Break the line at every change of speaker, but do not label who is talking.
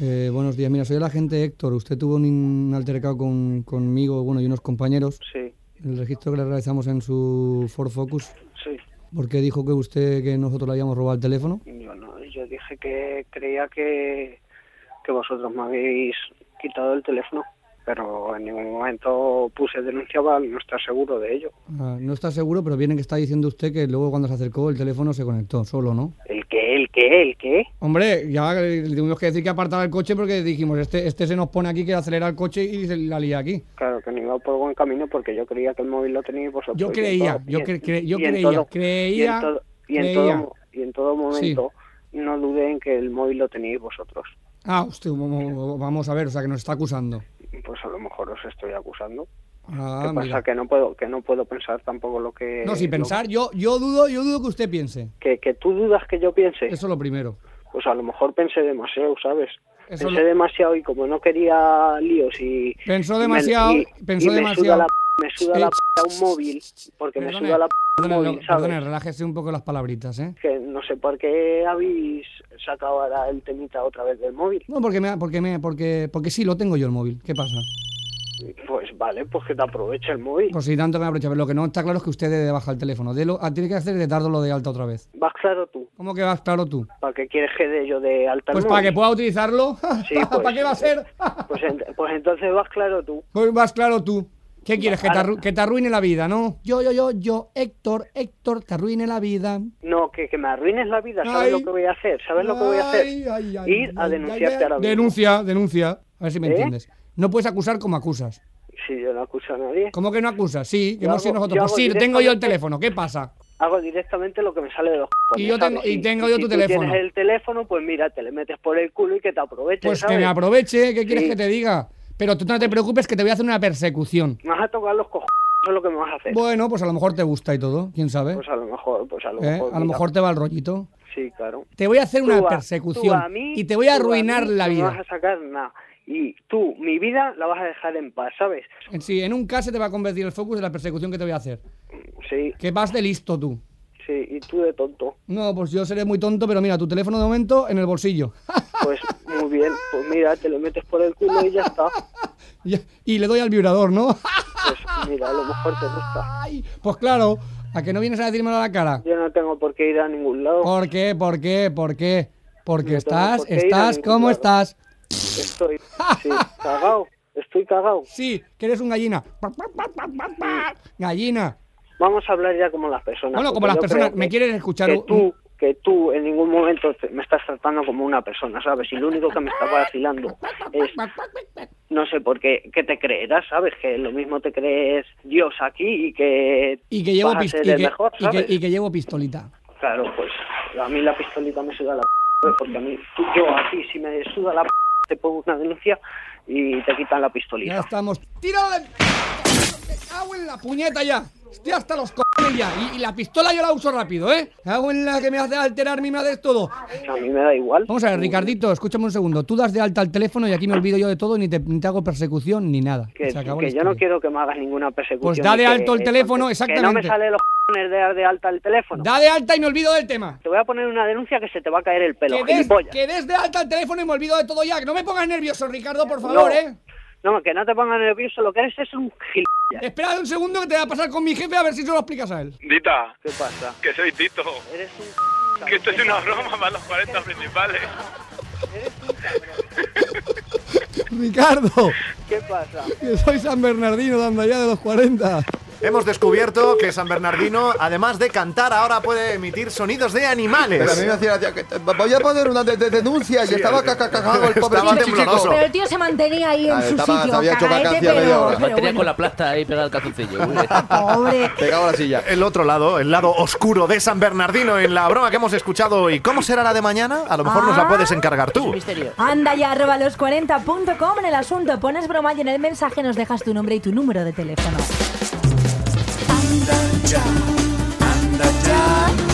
Eh, buenos días, mira, soy el agente Héctor. Usted tuvo un, un altercado con, conmigo bueno, y unos compañeros.
Sí,
El registro que le realizamos en su Ford Focus,
sí.
porque dijo que usted, que nosotros le habíamos robado el teléfono.
Yo, no, yo dije que creía que, que vosotros me habéis quitado el teléfono, pero en ningún momento puse denuncia al no estar seguro de ello.
Ah, no está seguro, pero viene que está diciendo usted que luego cuando se acercó el teléfono se conectó solo, ¿no?
¿El qué? ¿El qué? ¿El qué?
Hombre, ya le tuvimos que decir que apartara el coche porque dijimos, este, este se nos pone aquí, que acelera el coche y se la lía aquí.
Claro que no iba por buen camino porque yo creía que el móvil lo teníais vosotros.
Yo
y en
creía,
todo-
yo
y en-
cre- cre- yo
y en
creía,
todo-
creía,
Y en todo, y en
creía.
todo, y en todo momento no dudé en que el móvil lo teníais vosotros.
Ah, usted, vamos vamos a ver, o sea, que nos está acusando.
Pues a lo mejor os estoy acusando.
Ah,
¿Qué pasa?
mira.
Que no puedo, que no puedo pensar tampoco lo que.
No, sin
lo-
pensar, yo, yo dudo, yo dudo que usted piense.
que, que tú dudas que yo piense,
Eso es lo primero.
pues a lo mejor pensé demasiado, ¿sabes?
Eso
pensé
lo-
demasiado y como no quería líos y...
Pensó
y me-
demasiado, pensó
me
demasiado.
Suda la, p- me suda
Eh,
la p- un móvil, porque me
Perdone,
suda la p- un
Perdone,
móvil,
no,
¿sabes?
perdone, relájese un poco las palabritas, ¿eh?
Que no sé por qué habéis sacado ahora el temita otra vez del móvil.
No, porque me, porque me, porque, porque sí, lo tengo yo el móvil. ¿Qué pasa?
Pues vale, pues que te aproveche el móvil.
Por si tanto me aprovecha, pero lo que no está claro es que usted debe de bajar el teléfono. Delo- ah, tiene que hacer de darlo de alta otra vez.
Vas claro tú,
¿Cómo que vas claro tú?
¿para qué quieres que dé yo de alta el
Pues para que
móvil?
pueda utilizarlo.
Sí,
¿Para
pues,
qué va a ser?
pues, ent- pues entonces vas claro tú.
Pues vas claro tú. ¿Qué quieres? Que te,
Ahora-
arru- que te arruine la vida, ¿no? Yo, yo, yo, yo, Héctor, Héctor, te arruine la vida.
No, que, que me arruines la vida, ¿sabes
Ay.
lo que voy a hacer? ¿Sabes lo que voy a hacer?
Ay, ay, ay,
Ir a
ay,
denunciarte
ay,
ahora mismo.
Denuncia, denuncia. A ver si me
¿Eh?
entiendes. No puedes acusar como acusas.
Si yo no acuso a nadie,
¿Cómo que no acusas? Sí, que
Yo
hemos sido
hago-
nosotros.
yo
Pues
hago
sí, tengo yo el
directamente-
teléfono. ¿Qué pasa?
hago directamente lo que me sale de los cojones.
Y yo tengo-
¿sabes?
y tengo yo
si
tu
tú
teléfono.
tienes el teléfono, pues mira, te le metes por el culo y que te aproveches,
Pues
¿sabes?
que me aproveche. ¿Qué quieres
Sí.
que te diga? Pero tú no te preocupes que te voy a hacer una persecución.
Me vas a tocar los cojones, eso es lo que me vas a hacer.
Bueno, pues a lo mejor te gusta y todo. ¿Quién sabe?
Pues a lo mejor, pues a lo
¿Eh?
mejor.
A lo
mira.
mejor te va el rollito.
Sí, claro.
Te voy a hacer
Tú
una
a- tú
persecución
a mí-
y te voy a
tú
arruinar
mí
la
No
vida.
vas a sacar nada. Y tú, mi vida, la vas a dejar en paz, ¿sabes?
En Sí, en un caso te va a convertir el focus de la persecución que te voy a hacer.
Sí,
Que vas de listo tú.
sí, y tú de tonto.
No, pues yo seré muy tonto, pero mira, tu teléfono de momento en el bolsillo.
Pues muy bien, pues mira, te lo metes por el culo y ya está.
Y- y le doy al vibrador, ¿no?
Pues mira, a lo mejor te gusta.
Ay, pues claro, a que no vienes a decírmelo a la cara.
Yo no tengo por qué ir a ningún lado.
¿Por qué? ¿Por qué? ¿Por qué? Porque
No
estás,
tengo por qué ir a
estás,
ningún
¿cómo
lado.
estás?
Estoy sí, cagao, estoy cagao.
Sí, que eres un gallina. Gallina.
Vamos a hablar ya como las personas.
Bueno, como
porque
las
yo
personas,
creo
¿me
que-
quieres escuchar
Que
un-
tú, que tú en ningún momento te- me estás tratando como una persona, ¿sabes? Y lo único que me está vacilando es, no sé por qué, que te creerás, ¿sabes? Que lo mismo te crees Dios aquí y que,
Y que llevo,
vas a
pis-
ser
y
el
que-
mejor,
y que-
¿sabes?
y que llevo pistolita.
Claro, pues a mí la pistolita me suda la p... ¿sabes? porque a mí, tú- yo a ti, si me suda la p... te pongo una denuncia y te quitan la pistolita.
Ya estamos. ¡Tíralo del... Me cago en la puñeta ya! Estoy hasta los cojones ya. Y, y la pistola yo la uso rápido, ¿eh? Me Cago en la que me hace alterar mi madre todo.
A mí me da igual.
Vamos a ver, Ricardito, escúchame un segundo. Tú das de alta el teléfono y aquí me olvido yo de todo, ni te, ni te hago persecución ni nada.
Que,
Se acabó
que
la
yo no
historia.
quiero que me hagas ninguna persecución.
Pues da de
y que-
alto el teléfono,
porque- Que no
exactamente.
me sale los cojones de dar de alta el teléfono.
Da de alta y me olvido del tema.
Te voy a poner una denuncia que se te va a caer el pelo,
Que des,
gilipollas.
que des de alta el teléfono y me olvido de todo ya. Que no me pongas nervioso, Ricardo, por favor,
no,
¿eh?
No, que no te pongas nervioso, lo que eres es un gil...
Espera un segundo que te va a pasar con mi jefe a ver si se lo explicas a él.
Dita,
¿Qué pasa?
que soy Tito.
Eres un...
Que esto es una broma para los 40 principales.
Ricardo,
¿Qué pasa?
que soy San Bernardino dando allá de los 40.
Hemos descubierto que San Bernardino, además de cantar, ahora puede emitir sonidos de
Pero a mí me
animales.
hacía gracia que te- voy a poner una de- de- denuncia y estaba ca- ca- cagado el pobre
Estaba
chico.
tembloroso.
Pero el tío se mantenía ahí en
Ah,
su
estaba-
sitio,
había hecho
cagaete,
vacancia media
pero,
hora.
pero
Mantenía con
bueno,
la plasta ahí pegado al ¿eh? calzoncillo. Muy bien.
pobre.
Pegado a la silla.
El otro lado, el lado oscuro de San Bernardino en la broma que hemos escuchado. ¿Y cómo será la de mañana? A lo mejor nos la puedes encargar tú.
Misterio.
Anda ya, arroba los40.com en el asunto. Pones broma y en el mensaje nos dejas tu nombre y tu número de teléfono.
Anda ya, anda ya,